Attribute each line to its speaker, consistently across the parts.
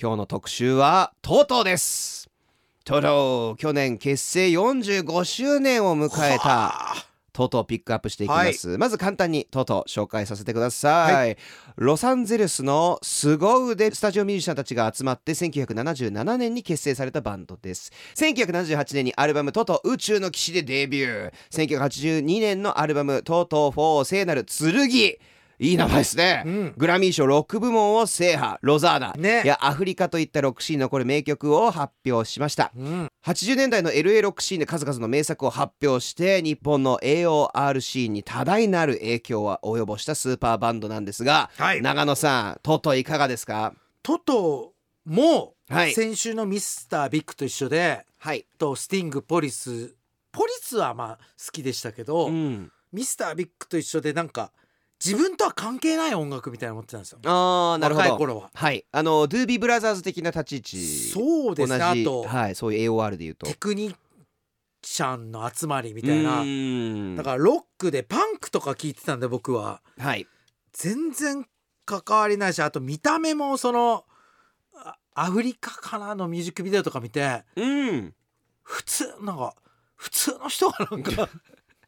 Speaker 1: 今日の特集は TOTO です TOTO 去年結成45周年を迎えた TOTO をピックアップしていきます、まず簡単に TOTO 紹介させてください、ロサンゼルスの凄腕スタジオミュージシャンたちが集まって1977年に結成されたバンドです1978年にアルバム「トト宇宙の騎士」でデビュー1982年のアルバム「トト4聖なる剣」いい名前ですね、
Speaker 2: うん
Speaker 1: グラミー賞6部門を制覇ロザーナ、
Speaker 2: ね
Speaker 1: いやアフリカといったロックシーンに残る名曲を発表しました
Speaker 2: うん、
Speaker 1: 80年代の LA ロックシーンで数々の名作を発表して日本の AOR シーンに多大なる影響を及ぼしたスーパーバンドなんですが、
Speaker 2: はい
Speaker 1: 長野さんトトいかがですか
Speaker 2: トトも
Speaker 1: はい
Speaker 2: 先週のミスタービッグと一緒で、
Speaker 1: はい、
Speaker 2: とスティングポリスポリスはまあ好きでしたけど、
Speaker 1: うん、
Speaker 2: ミスタービッグと一緒でなんか自分とは関係ない音楽みたいなの持ってたんですよ
Speaker 1: ああなるほ
Speaker 2: 若い
Speaker 1: ど
Speaker 2: 頃は
Speaker 1: はいあのドゥービーブラザーズ的な立ち位置
Speaker 2: そうですねあと、
Speaker 1: はい、そういう AOR で言うと
Speaker 2: テクニシャンの集まりみたいなだ
Speaker 1: な
Speaker 2: からロックでパンクとか聞いてたんで僕は
Speaker 1: はい
Speaker 2: 全然関わりないしあと見た目もそのあアフリカからのミュージックビデオとか見て
Speaker 1: うん
Speaker 2: 普通なんか普通の人がなんか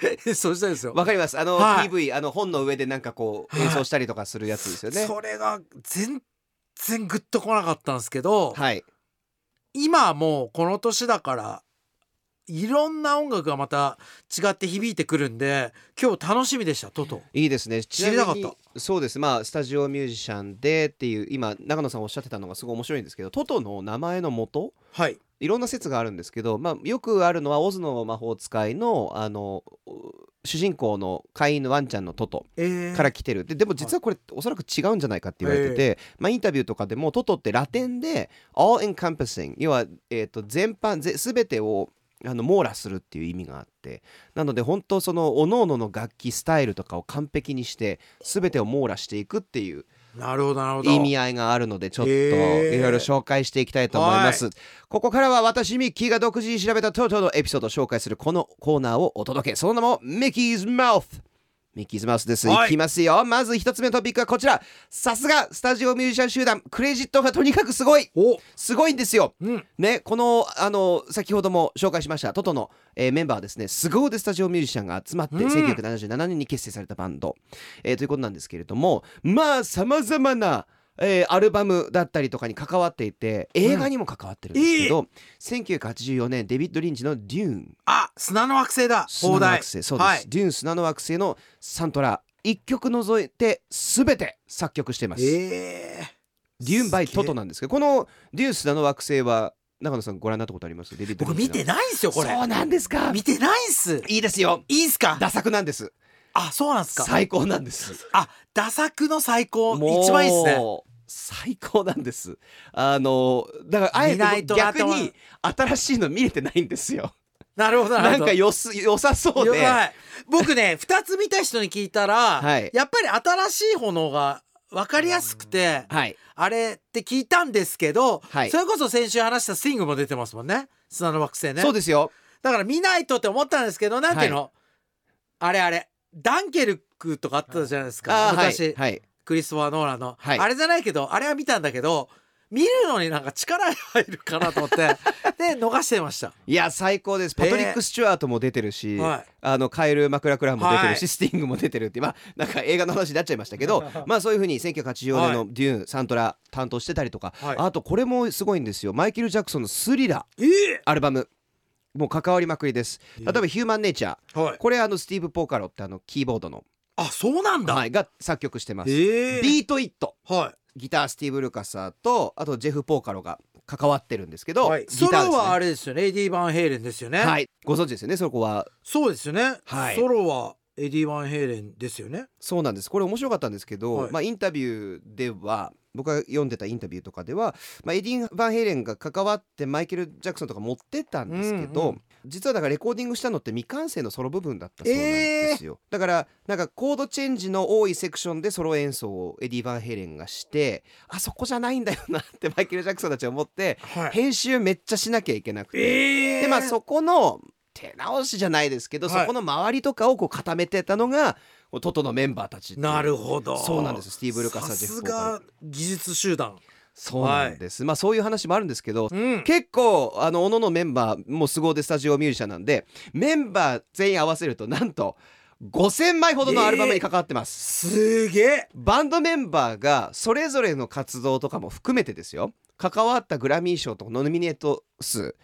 Speaker 2: そうしたんですよ。
Speaker 1: わかりますあの、
Speaker 2: はい
Speaker 1: PV あの本の上でなんかこう
Speaker 2: はい
Speaker 1: 演奏したりとかするやつですよね
Speaker 2: それが全然グッとこなかったんですけど、
Speaker 1: はい
Speaker 2: 今はもうこの年だからいろんな音楽がまた違って響いてくるんで今日楽しみでしたトト。
Speaker 1: いいですね。
Speaker 2: 知りたかった
Speaker 1: ちみにそうです。まあスタジオミュージシャンでっていう今長野さんおっしゃってたのがすごい面白いんですけど、トトの名前の元
Speaker 2: はい
Speaker 1: いろんな説があるんですけど、まあよくあるのはオズの魔法使いのあのう主人公の飼い犬ワンちゃんのトト
Speaker 2: えー
Speaker 1: から来てる。ででも実はこれおそらく違うんじゃないかって言われてて、まあインタビューとかでもトトってラテンで all encompassing 要はえっ、と全般ぜ全てをあの網羅するっていう意味があってなので本当その各々の楽器スタイルとかを完璧にして全てを網羅していくっていう
Speaker 2: なるほどなるほど。
Speaker 1: 意味合いがあるのでちょっと
Speaker 2: へー
Speaker 1: いろいろ紹介していきたいと思いますここからは私ミッキーが独自に調べたトトのエピソードを紹介するこのコーナーをお届けその名もミッキーズマウスミッキーズマウスです、
Speaker 2: はい
Speaker 1: い、きますよまず一つ目のトピックはこちらさすがスタジオミュージシャン集団クレジットがとにかくすごい
Speaker 2: お
Speaker 1: すごいんですよ
Speaker 2: うん
Speaker 1: ね、このあの先ほども紹介しましたトトの、えーメンバーはですね凄腕スタジオミュージシャンが集まって、
Speaker 2: うん
Speaker 1: 1977年に結成されたバンド、えーということなんですけれどもまあさまざまな、えーアルバムだったりとかに関わっていて映画にも関わってるんですけど、1984年デビッド・リンチの「デューン
Speaker 2: あ砂の惑星だ
Speaker 1: 砂の
Speaker 2: 放題
Speaker 1: 惑星」そうです、
Speaker 2: はい
Speaker 1: デューン砂の惑星のサントラ1曲除いて全て作曲しています。
Speaker 2: ええ
Speaker 1: デューンバイ
Speaker 2: すげえ
Speaker 1: トトなんですけどこのデュース砂の惑星は長野さんご覧になったことありますデビッド
Speaker 2: 僕
Speaker 1: リン
Speaker 2: 見
Speaker 1: チの
Speaker 2: てないんすよこれ
Speaker 1: そうなんですか
Speaker 2: 見てないんす
Speaker 1: いいですよ
Speaker 2: いいんすか
Speaker 1: ダ作なんです
Speaker 2: あそうなんすか
Speaker 1: 最高なんです
Speaker 2: あダ作の最高
Speaker 1: もう
Speaker 2: 一番いいっすね
Speaker 1: 最高なんですあのだからあえ
Speaker 2: 見ない
Speaker 1: て
Speaker 2: と
Speaker 1: 僕
Speaker 2: な
Speaker 1: 逆
Speaker 2: とは
Speaker 1: に新しいの見れてないんですよ
Speaker 2: なるほどなる
Speaker 1: な
Speaker 2: ほ
Speaker 1: ん
Speaker 2: ど
Speaker 1: か良す良さそうで
Speaker 2: やばい僕ね 二つ見た人に聞いたら、
Speaker 1: はい
Speaker 2: やっぱり新しい炎が分かりやすくて、
Speaker 1: はい
Speaker 2: あれって聞いたんですけど、
Speaker 1: はい
Speaker 2: それこそ先週話したスイングも出てますもんね砂の惑星ね
Speaker 1: そうですよ
Speaker 2: だから見ないとって思ったんですけどなんていうの、あれあれダンケルクとかあったじゃないですか
Speaker 1: あーはい
Speaker 2: 昔、
Speaker 1: はい
Speaker 2: クリストファー・ノーランの、
Speaker 1: はい
Speaker 2: あれじゃないけどあれは見たんだけど見るのになんか力が入るかなと思 ってで逃してました、
Speaker 1: いや最高ですパトリック・スチュワートも出てるし、
Speaker 2: はい
Speaker 1: あのカエル・マクラクランも出てるし、
Speaker 2: はい
Speaker 1: スティングも出てるってまあなんか映画の話になっちゃいましたけどまあそういうふうに1984年
Speaker 2: は
Speaker 1: の「デューン」サントラ担当してたりとか、
Speaker 2: はい
Speaker 1: あとこれもすごいんですよマイケル・ジャクソンの「スリラー」
Speaker 2: ええ
Speaker 1: アルバムもう関わりまくりです例えば「ヒューマン・ネイチャー
Speaker 2: はい」、
Speaker 1: これあのスティーブ・ポーカロってあのキーボードの、
Speaker 2: あそうなんだ、
Speaker 1: はい、が作曲してます、
Speaker 2: ええ
Speaker 1: ビート・イット
Speaker 2: はい
Speaker 1: ギタースティーブ・ルカサーとあとジェフ・ポーカロが関わってるんですけど、
Speaker 2: はい、
Speaker 1: ギタ
Speaker 2: ソ
Speaker 1: ーで
Speaker 2: ロ
Speaker 1: す、ね、
Speaker 2: はあれですよねエディ・バンヘイレンですよね、
Speaker 1: はいご存知ですよねそこは
Speaker 2: そうですよね、
Speaker 1: はい
Speaker 2: ソロはエディ・バンヘイレンですよね
Speaker 1: そうなんですこれ面白かったんですけど、
Speaker 2: はい
Speaker 1: まあ、インタビューでは僕が読んでたインタビューとかでは、まあ、エディン・バンヘイレンが関わってマイケル・ジャクソンとか持ってったんですけど、
Speaker 2: うんう
Speaker 1: 実はだからレコーディングしたのって未完成のソロ部分だったそうなんですよ、だからなんかコードチェンジの多いセクションでソロ演奏をエディ・バンヘイレンがしてあそこじゃないんだよなってマイケル・ジャクソンたちは思って
Speaker 2: は
Speaker 1: 編集めっちゃしなきゃいけなくて、
Speaker 2: ええ
Speaker 1: でまあそこの手直しじゃないですけど、
Speaker 2: はい
Speaker 1: そこの周りとかをこう固めてたのがこうトトのメンバーたちっていう
Speaker 2: なるほど
Speaker 1: そうなんですスティーブ・ルカス
Speaker 2: さ
Speaker 1: はジェフ・
Speaker 2: す
Speaker 1: ポーカル
Speaker 2: が技術集団
Speaker 1: そうなんです、まあそういう話もあるんですけど、
Speaker 2: うん
Speaker 1: 結構あのおののメンバーもう凄腕スタジオミュージシャンなんでメンバー全員合わせるとなんと5,000枚ほどのアルバムに関わってます、
Speaker 2: すげえ
Speaker 1: バンドメンバーがそれぞれの活動とかも含めてですよ関わったグラミー賞とかノミネート数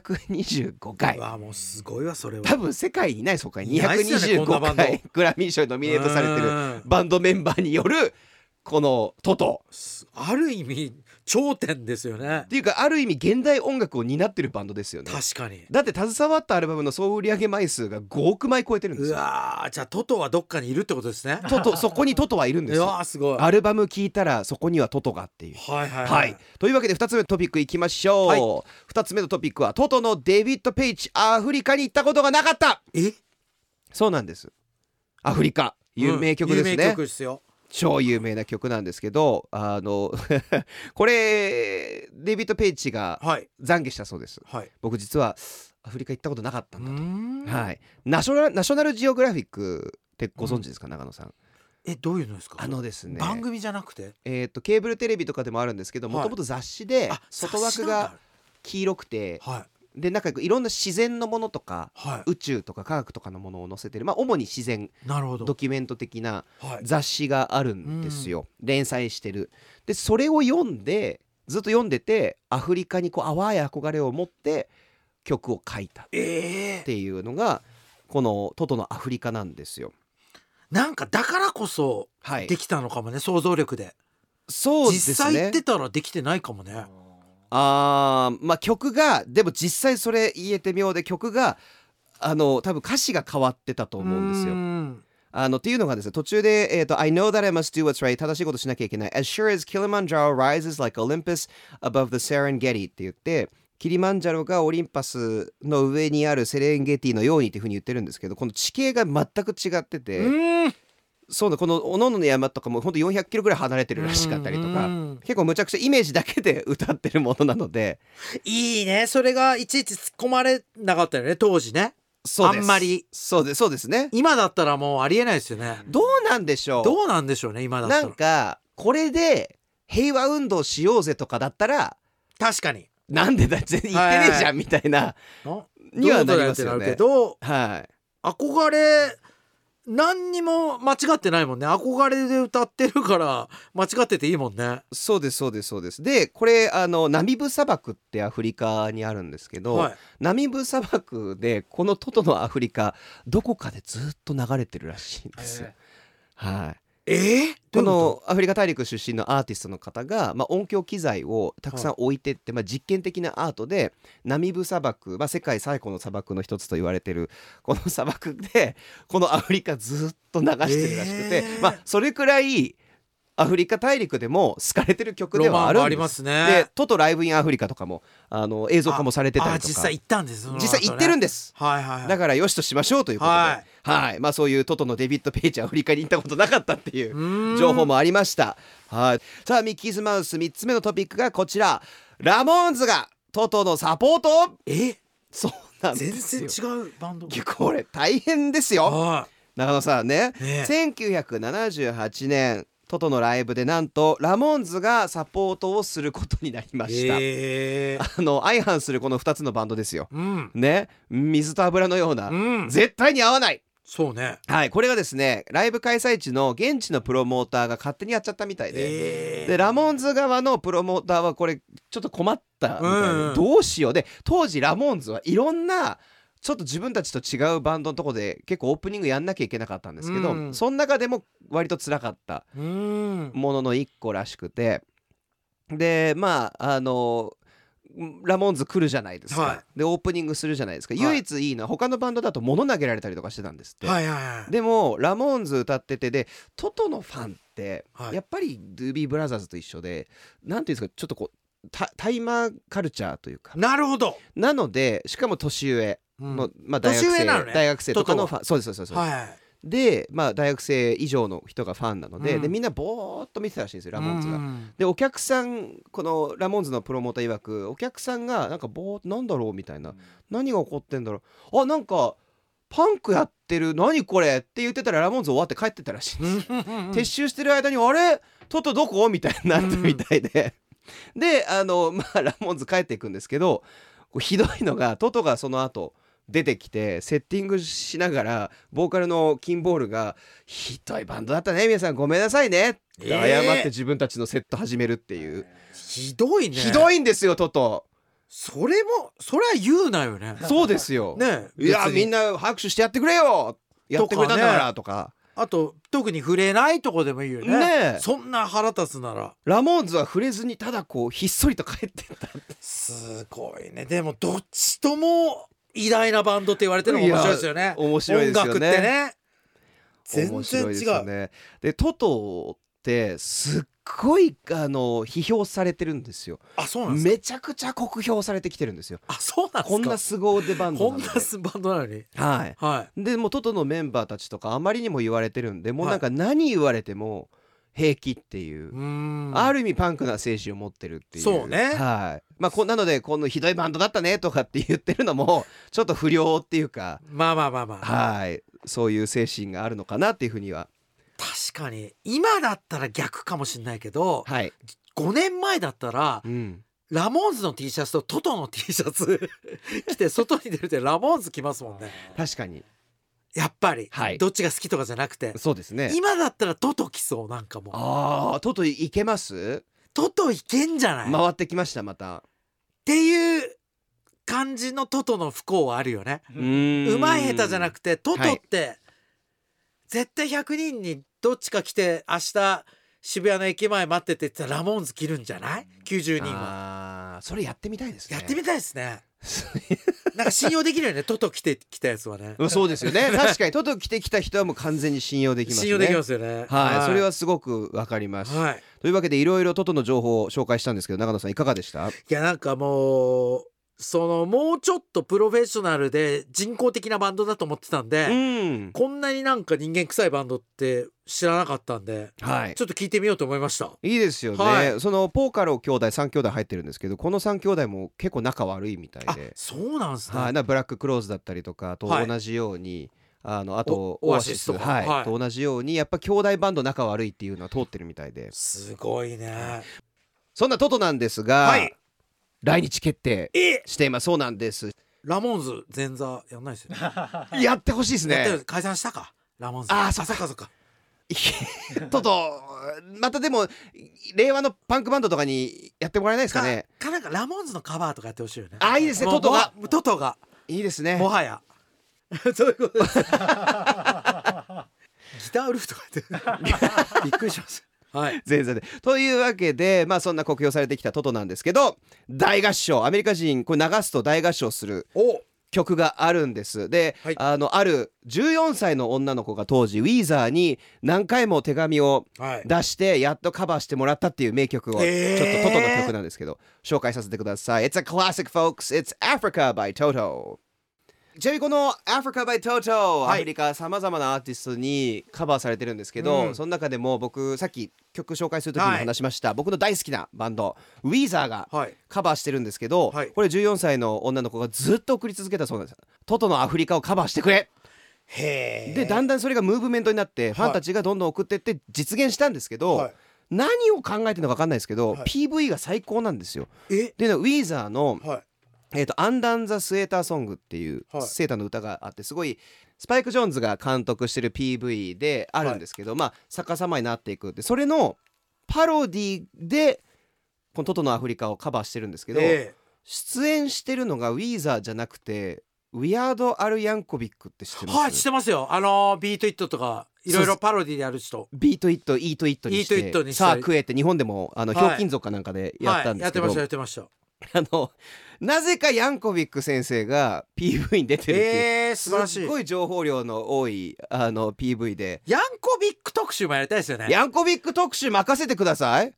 Speaker 1: 225回
Speaker 2: うわもうすごいわそれは
Speaker 1: 多分世界にいないそうか
Speaker 2: いないっすよねこんなバ
Speaker 1: 225
Speaker 2: ンド
Speaker 1: 回 グラミー賞にノミネートされてる
Speaker 2: る
Speaker 1: バンドメンバーによるこのトト
Speaker 2: ある意味頂点ですよね
Speaker 1: っていうかある意味現代音楽を担ってるバンドですよね
Speaker 2: 確かに
Speaker 1: だって携わったアルバムの総売上枚数が5億枚超えてるんです
Speaker 2: う
Speaker 1: よ
Speaker 2: わーじゃあトトはどっかにいるってことですね
Speaker 1: トトそこにトトはいるんです
Speaker 2: う
Speaker 1: よ
Speaker 2: わーすごいは
Speaker 1: アルバム聴いたらそこにはトトがっていう
Speaker 2: いはい
Speaker 1: はい、というわけで2つ目のトピックいきましょう、
Speaker 2: はい
Speaker 1: 2つ目のトピックはトトのデビッド・ペイチアフリカに行ったことがなかった
Speaker 2: え
Speaker 1: そうなんですアフリカ有名曲です
Speaker 2: うん
Speaker 1: ね、
Speaker 2: 有名曲ですよ
Speaker 1: 超有名な曲なんですけどあの これデビッド・ペイチが
Speaker 2: はい
Speaker 1: 懺悔したそうです
Speaker 2: はい
Speaker 1: 僕実はアフリカ行ったことなかった
Speaker 2: うん
Speaker 1: だ、
Speaker 2: ーん
Speaker 1: はいナショナルナショナルジオグラフィックってご存知ですか、長野さん
Speaker 2: えどういうのですか
Speaker 1: あのですね
Speaker 2: 番組じゃなくて
Speaker 1: えー、とケーブルテレビとかでもあるんですけど
Speaker 2: はい
Speaker 1: もともと雑誌で
Speaker 2: あ
Speaker 1: 外枠が黄色くて
Speaker 2: はい
Speaker 1: でなんかいろんな自然のものとか
Speaker 2: は
Speaker 1: 宇宙とか科学とかのものを載せてる、まあ、主に自然
Speaker 2: いなるほど
Speaker 1: ドキュメント的な
Speaker 2: はい
Speaker 1: 雑誌があるんですよ、連載してるでそれを読んでずっと読んでてアフリカにこう淡い憧れを持って曲を書いたっ
Speaker 2: ええ
Speaker 1: ていうのがこのトトのアフリカなんですよ。
Speaker 2: なんかだからこそ
Speaker 1: はい
Speaker 2: で、きたのかもね想像力で
Speaker 1: そうですね
Speaker 2: 実際行ってたらできてないかもね
Speaker 1: あーまあ曲がでも実際それ言えて妙で曲があの多分歌詞が変わってたと思うんですよ。
Speaker 2: よ
Speaker 1: あのっていうのがですね途中で、えーと「I know that I must do what's right」正しいことしなきゃいけない「As sure as Kilimanjaro rises like Olympus above the Serengeti」って言ってキリマンジャロがオリンパスの上にあるセレンゲティのようにっていうふうに言ってるんですけどこの地形が全く違ってて、
Speaker 2: うん
Speaker 1: そうだこのおののの山とかもほんと400キロぐらい離れてるらしかったりと
Speaker 2: う
Speaker 1: か
Speaker 2: ん
Speaker 1: 結構むちゃくちゃイメージだけで歌ってるものなので
Speaker 2: いいねそれがいちいち突っ込まれなかったよね当時ね
Speaker 1: そうで
Speaker 2: あ
Speaker 1: す
Speaker 2: んまり
Speaker 1: そうですそうですね
Speaker 2: 今だったらもうありえないですよね
Speaker 1: どうなんでしょう
Speaker 2: どうなんでしょうね今だった
Speaker 1: な
Speaker 2: ら
Speaker 1: んかこれで平和運動しようぜとかだったら
Speaker 2: 確かに
Speaker 1: なんでだ全然言ってねえじゃんみたいな
Speaker 2: の
Speaker 1: にはな
Speaker 2: どういうこと
Speaker 1: ります
Speaker 2: だよっ
Speaker 1: よ
Speaker 2: てなるけ
Speaker 1: ね。
Speaker 2: ど
Speaker 1: はい、
Speaker 2: 憧れ何にも間違ってないもんね憧れで歌ってるから間違ってていいもんね
Speaker 1: そうですそうですそうですでこれあのナミブ砂漠ってアフリカにあるんですけど、
Speaker 2: はい
Speaker 1: ナミブ砂漠でこのトトのアフリカどこかでずっと流れてるらしいんですよ。はい、
Speaker 2: ええ
Speaker 1: こ
Speaker 2: ど
Speaker 1: のアフリカ大陸出身のアーティストの方が、まあ、音響機材をたくさん置いてって、まあ、実験的なアートでナミブ砂漠、まあ、世界最古の砂漠の一つと言われてるこの砂漠で このアフリカずっと流してるらしくて、
Speaker 2: えー
Speaker 1: まあ、それくらいアフリカ大陸でも好かれてる曲
Speaker 2: うい
Speaker 1: で
Speaker 2: うことロ
Speaker 1: は
Speaker 2: マ
Speaker 1: あ
Speaker 2: ンも
Speaker 1: る
Speaker 2: あ
Speaker 1: ん
Speaker 2: り
Speaker 1: で。
Speaker 2: ますす
Speaker 1: で
Speaker 2: ね
Speaker 1: トトライブインアフリカとかもあの映像化もされてた
Speaker 2: あ
Speaker 1: りとか
Speaker 2: 実際行ったんですその後ね
Speaker 1: 実際行ってるんです。
Speaker 2: はいはいはい
Speaker 1: だからよしとしましょうということで、は、
Speaker 2: はい
Speaker 1: まあそういうトトのデビッド・ペイチアフリカに行ったことなかったっていう
Speaker 2: うーん
Speaker 1: 情報もありました。はい。さあ、ミッキーズマウス3つ目のトピックがこちら。ラモーンズがトトのサポート
Speaker 2: え
Speaker 1: そうなんで
Speaker 2: 全
Speaker 1: す
Speaker 2: 然
Speaker 1: よ。
Speaker 2: 違うバ ンド
Speaker 1: いやこれ大変ですよ。
Speaker 2: は
Speaker 1: 中野さんね。
Speaker 2: いね
Speaker 1: 1978年、トトのライブでなんとラモーンズがサポートをすることになりました。
Speaker 2: ええ
Speaker 1: あの、相反するこの2つのバンドですよ。
Speaker 2: うん
Speaker 1: ね。水と油のような。
Speaker 2: うん
Speaker 1: 絶対に合わない
Speaker 2: そうね
Speaker 1: はい、これがですねライブ開催地の現地のプロモーターが勝手にやっちゃったみたいで。
Speaker 2: ええ
Speaker 1: でラモーンズ側のプロモーターはこれちょっと困ったみたいで、
Speaker 2: うん
Speaker 1: どうしようで当時ラモーンズはいろんなちょっと自分たちと違うバンドのとこで結構オープニングやんなきゃいけなかったんですけど、
Speaker 2: うん
Speaker 1: その中でも割と辛かった
Speaker 2: うん
Speaker 1: ものの一個らしくてでまああのラモーンズ来るじゃないですか、
Speaker 2: は
Speaker 1: でオープニングするじゃないですか、
Speaker 2: はい
Speaker 1: 唯一いいのは他のバンドだと物投げられたりとかしてたんですって、
Speaker 2: はいはいはい
Speaker 1: でもラモーンズ歌っててでトトのファンって
Speaker 2: はい
Speaker 1: やっぱりドゥービーブラザーズと一緒でなんていうんですかちょっとこうたタイマーカルチャーというか
Speaker 2: なるほど、
Speaker 1: なのでしかも年上
Speaker 2: うん
Speaker 1: の、まあ、大学
Speaker 2: 年上
Speaker 1: 生
Speaker 2: なのね
Speaker 1: 大学生とかのファンそうですそうですそうです、
Speaker 2: はい
Speaker 1: で、まあ、大学生以上の人がファンなので,、
Speaker 2: うん
Speaker 1: でみんなぼーっと見てたらしいんですよラモーンズが。
Speaker 2: うん
Speaker 1: でお客さんこのラモーンズのプロモーター曰くお客さんがなんかぼーっとなんだろうみたいな何が起こってんだろうあなんかパンクやってる何これって言ってたらラモンズ終わって 帰ってたらしいんですよ、撤収してる間にあれトトどこみたいになってみたいで、であの まあラモンズ帰っていくんですけどこうひどいのがトトがその後出てきてセッティングしながらボーカルのキンボールが「ひどいバンドだったね皆さんごめんなさいね」って謝って自分たちのセット始めるっていう、
Speaker 2: ひどいね
Speaker 1: ひど
Speaker 2: い
Speaker 1: いんですよトト
Speaker 2: それもそれは言うなよね
Speaker 1: そうですよ、
Speaker 2: ね
Speaker 1: いやみん
Speaker 2: な
Speaker 1: な拍手してやってくれよやってくれたんだからとか
Speaker 2: あと特に触れないとこでもいいよね
Speaker 1: ねえ
Speaker 2: そんな腹立つなら
Speaker 1: ラモーンズは触れずにただこうひっそりと帰ってった
Speaker 2: すごいねでもどっちとも偉大なバンドって言われてるのも面白いですよね
Speaker 1: 面白いですよね
Speaker 2: 音楽ってね全
Speaker 1: 面
Speaker 2: 然
Speaker 1: 白い
Speaker 2: 違
Speaker 1: ですよ
Speaker 2: う、
Speaker 1: ね、でトトってすっごいあの批評されてるんですよ
Speaker 2: あそうなんですか
Speaker 1: めちゃくちゃ酷評されてきてるんですよ
Speaker 2: あそうなんですか
Speaker 1: こんな凄腕バンド
Speaker 2: こ
Speaker 1: なんの
Speaker 2: な
Speaker 1: で
Speaker 2: バンドなのに
Speaker 1: はい
Speaker 2: はい
Speaker 1: でもうトトのメンバーたちとかあまりにも言われてるんでもう
Speaker 2: はい
Speaker 1: なんか何言われても平気っていう
Speaker 2: うーん
Speaker 1: ある意味パンクな精神を持ってるっていう
Speaker 2: そうね
Speaker 1: はいまあ、こなのでこのひどいバンドだったねとかって言ってるのも ちょっと不良っていうか、
Speaker 2: まあまあまあまあ、
Speaker 1: はい、そういう精神があるのかなっていうふうには、
Speaker 2: 確かに今だったら逆かもしれないけど
Speaker 1: はい
Speaker 2: 5年前だったら
Speaker 1: うん、
Speaker 2: ラモーンズの T シャツとトトの T シャツ 着て外に出るってラモーンズ着ますもんね
Speaker 1: 確かに
Speaker 2: やっぱり、
Speaker 1: はい
Speaker 2: どっちが好きとかじゃなくて
Speaker 1: そうですね
Speaker 2: 今だったらトト着そうなんかもう
Speaker 1: ああトトいけます
Speaker 2: トトいけんじゃない、っ
Speaker 1: 回ってきましたまた
Speaker 2: ていう感じのトトの不幸はあるよね
Speaker 1: うー
Speaker 2: うんまい下手じゃなくてト
Speaker 1: は
Speaker 2: ト
Speaker 1: い
Speaker 2: って絶対100人にどっちか来て明日渋谷の駅前待っててって言ったらラモーンズ着るんじゃない ?90 人は。
Speaker 1: あーそれやってみたいですね
Speaker 2: やってみたいですね。
Speaker 1: み
Speaker 2: なんか信用できるよ ね。トト着てきたやつはね。
Speaker 1: そうですよね確かにトト来てきた人はもう完全に信用できますね
Speaker 2: 信用できますよね。
Speaker 1: はい、それはすごくわかります、
Speaker 2: はい。
Speaker 1: というわけでいろいろトトの情報を紹介したんですけど長野さんいかがでした
Speaker 2: いやなんかもうそのもうちょっとプロフェッショナルで人工的なバンドだと思ってたんで、
Speaker 1: ん
Speaker 2: こんなになんか人間臭いバンドって知らなかったんで、
Speaker 1: はい
Speaker 2: ちょっと聞いてみようと思いました。
Speaker 1: いいですよね、
Speaker 2: はい
Speaker 1: そのポーカロ兄弟3兄弟入ってるんですけどこの3兄弟も結構仲悪いみたい
Speaker 2: あ
Speaker 1: で、
Speaker 2: そうなんですね。
Speaker 1: はい、なブラッククローズだったりとかと
Speaker 2: はい
Speaker 1: 同じように、あのあと
Speaker 2: おオアシスとか
Speaker 1: はい
Speaker 2: はい
Speaker 1: と同じようにやっぱ兄弟バンド仲悪いっていうのは通ってるみたいです
Speaker 2: ごいね。
Speaker 1: そんなトトなんですが、
Speaker 2: はい
Speaker 1: 来日決定
Speaker 2: え、
Speaker 1: して今そうなんです
Speaker 2: ラモーンズ前座やんないですよね。
Speaker 1: やってほしいです
Speaker 2: やってる
Speaker 1: ね
Speaker 2: 解散したか。ラモーンズ。
Speaker 1: あーそっか
Speaker 2: っかそっか。
Speaker 1: トトまたでも令和のパンクバンドとかにやってもらえないですか
Speaker 2: か
Speaker 1: ね
Speaker 2: かなんかラモーンズのカバーとかやってほしいよね。
Speaker 1: あいいですね
Speaker 2: もう
Speaker 1: トトが。
Speaker 2: もはトトが
Speaker 1: いいですね
Speaker 2: もはや。 そういうこと です。ギターウルフとか 言って。びっくりしました。はい。
Speaker 1: 前座でというわけでまあそんな酷評されてきたトトなんですけど大合唱アメリカ人これ流すと大合唱する
Speaker 2: お、
Speaker 1: 曲があるんですで、
Speaker 2: はい
Speaker 1: あのある14歳の女の子が当時ウィーザーに何回も手紙を
Speaker 2: はい。
Speaker 1: 出してやっとカバーしてもらったっていう名曲を、
Speaker 2: えー
Speaker 1: ちょっとトトの曲なんですけど紹介させてください。It's a classic folks. It's Africa by Toto. ちなみにこの Africa by Toto、
Speaker 2: はい
Speaker 1: アメリカさまざまなアーティストにカバーされてるんですけど、
Speaker 2: うん
Speaker 1: その中でも僕さっき曲紹介する時にも
Speaker 2: はい
Speaker 1: 話しました、僕の大好きなバンドウィーザーが
Speaker 2: はい。
Speaker 1: カバーしてるんですけど、
Speaker 2: はい
Speaker 1: これ14歳の女の子がずっと送り続けたそうなんですトトのアフリカをカバーしてくれ
Speaker 2: へえ。
Speaker 1: でだんだんそれがムーブメントになってファンたちがどんどん送ってって実現したんですけど、
Speaker 2: はい
Speaker 1: 何を考えてるのか分かんないですけど、
Speaker 2: はい
Speaker 1: PV が最高なんですよ。
Speaker 2: え、
Speaker 1: でウィーザーの
Speaker 2: はい。
Speaker 1: えーと「アンダン・ザ・スウェーター・ソング」っていう
Speaker 2: はい
Speaker 1: セーターの歌があってすごいスパイク・ジョーンズが監督してる PV であるんですけど、まあ逆さまになっていくってそれのパロディでこの「トトのアフリカ」をカバーしてるんですけど、
Speaker 2: え
Speaker 1: 出演してるのがウィーザーじゃなくてウィアード・アル・ヤンコビックって知って
Speaker 2: ー
Speaker 1: ます、
Speaker 2: はい、してますよ。あのービートイットとかいろいろパロディでやる人。
Speaker 1: ビート・イット・イート・イットにして
Speaker 2: イートイットにしたり
Speaker 1: さあ食えって日本でもあの
Speaker 2: はい
Speaker 1: ひょうきん族かなんかでやったんですけど、
Speaker 2: はい、やってましたやってまし
Speaker 1: あのなぜかヤンコビック先生が PV に出て
Speaker 2: た
Speaker 1: るっていう、
Speaker 2: えー、素晴らし
Speaker 1: すっ
Speaker 2: い
Speaker 1: ごい情報量の多いあの PV で、
Speaker 2: ヤンコビック特集もやりたいですよねヤ
Speaker 1: ヤンコビック特集任せてください
Speaker 2: ン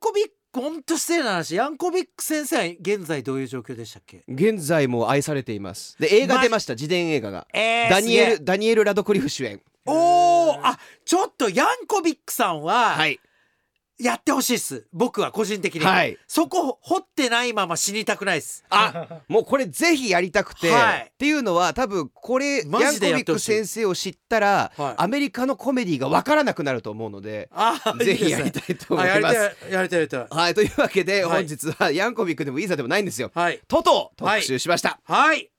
Speaker 2: コビックほんと失礼な話ヤンコビック先生は現在どういう状況でしたっけ
Speaker 1: 現在も愛されていますで映画
Speaker 2: マジ
Speaker 1: 出ました自伝映画が、
Speaker 2: えー
Speaker 1: ダニ
Speaker 2: すげえ
Speaker 1: エルダニエル・ラドクリフ主演
Speaker 2: おーあちょっとヤンコビックさんは、
Speaker 1: はい
Speaker 2: やってほしいです僕は個人的に、
Speaker 1: はい
Speaker 2: そこ掘ってないまま死にたくないです
Speaker 1: あもうこれぜひやりたくて、
Speaker 2: はい
Speaker 1: っていうのは多分これヤンコビ
Speaker 2: マジでやっ
Speaker 1: ッ
Speaker 2: てほ
Speaker 1: ク
Speaker 2: しい
Speaker 1: 先生を知ったら、
Speaker 2: はい
Speaker 1: アメリカのコメディがわからなくなると思うので
Speaker 2: あ
Speaker 1: ぜひやり
Speaker 2: い
Speaker 1: たいと
Speaker 2: と
Speaker 1: 思いま
Speaker 2: あ
Speaker 1: す。
Speaker 2: やりたいやりたいやりたい
Speaker 1: はいというわけで
Speaker 2: は
Speaker 1: 本
Speaker 2: い
Speaker 1: 日はヤンコビックでもいいさでもないんですよ。
Speaker 2: はい
Speaker 1: トトを特集しました。
Speaker 2: はい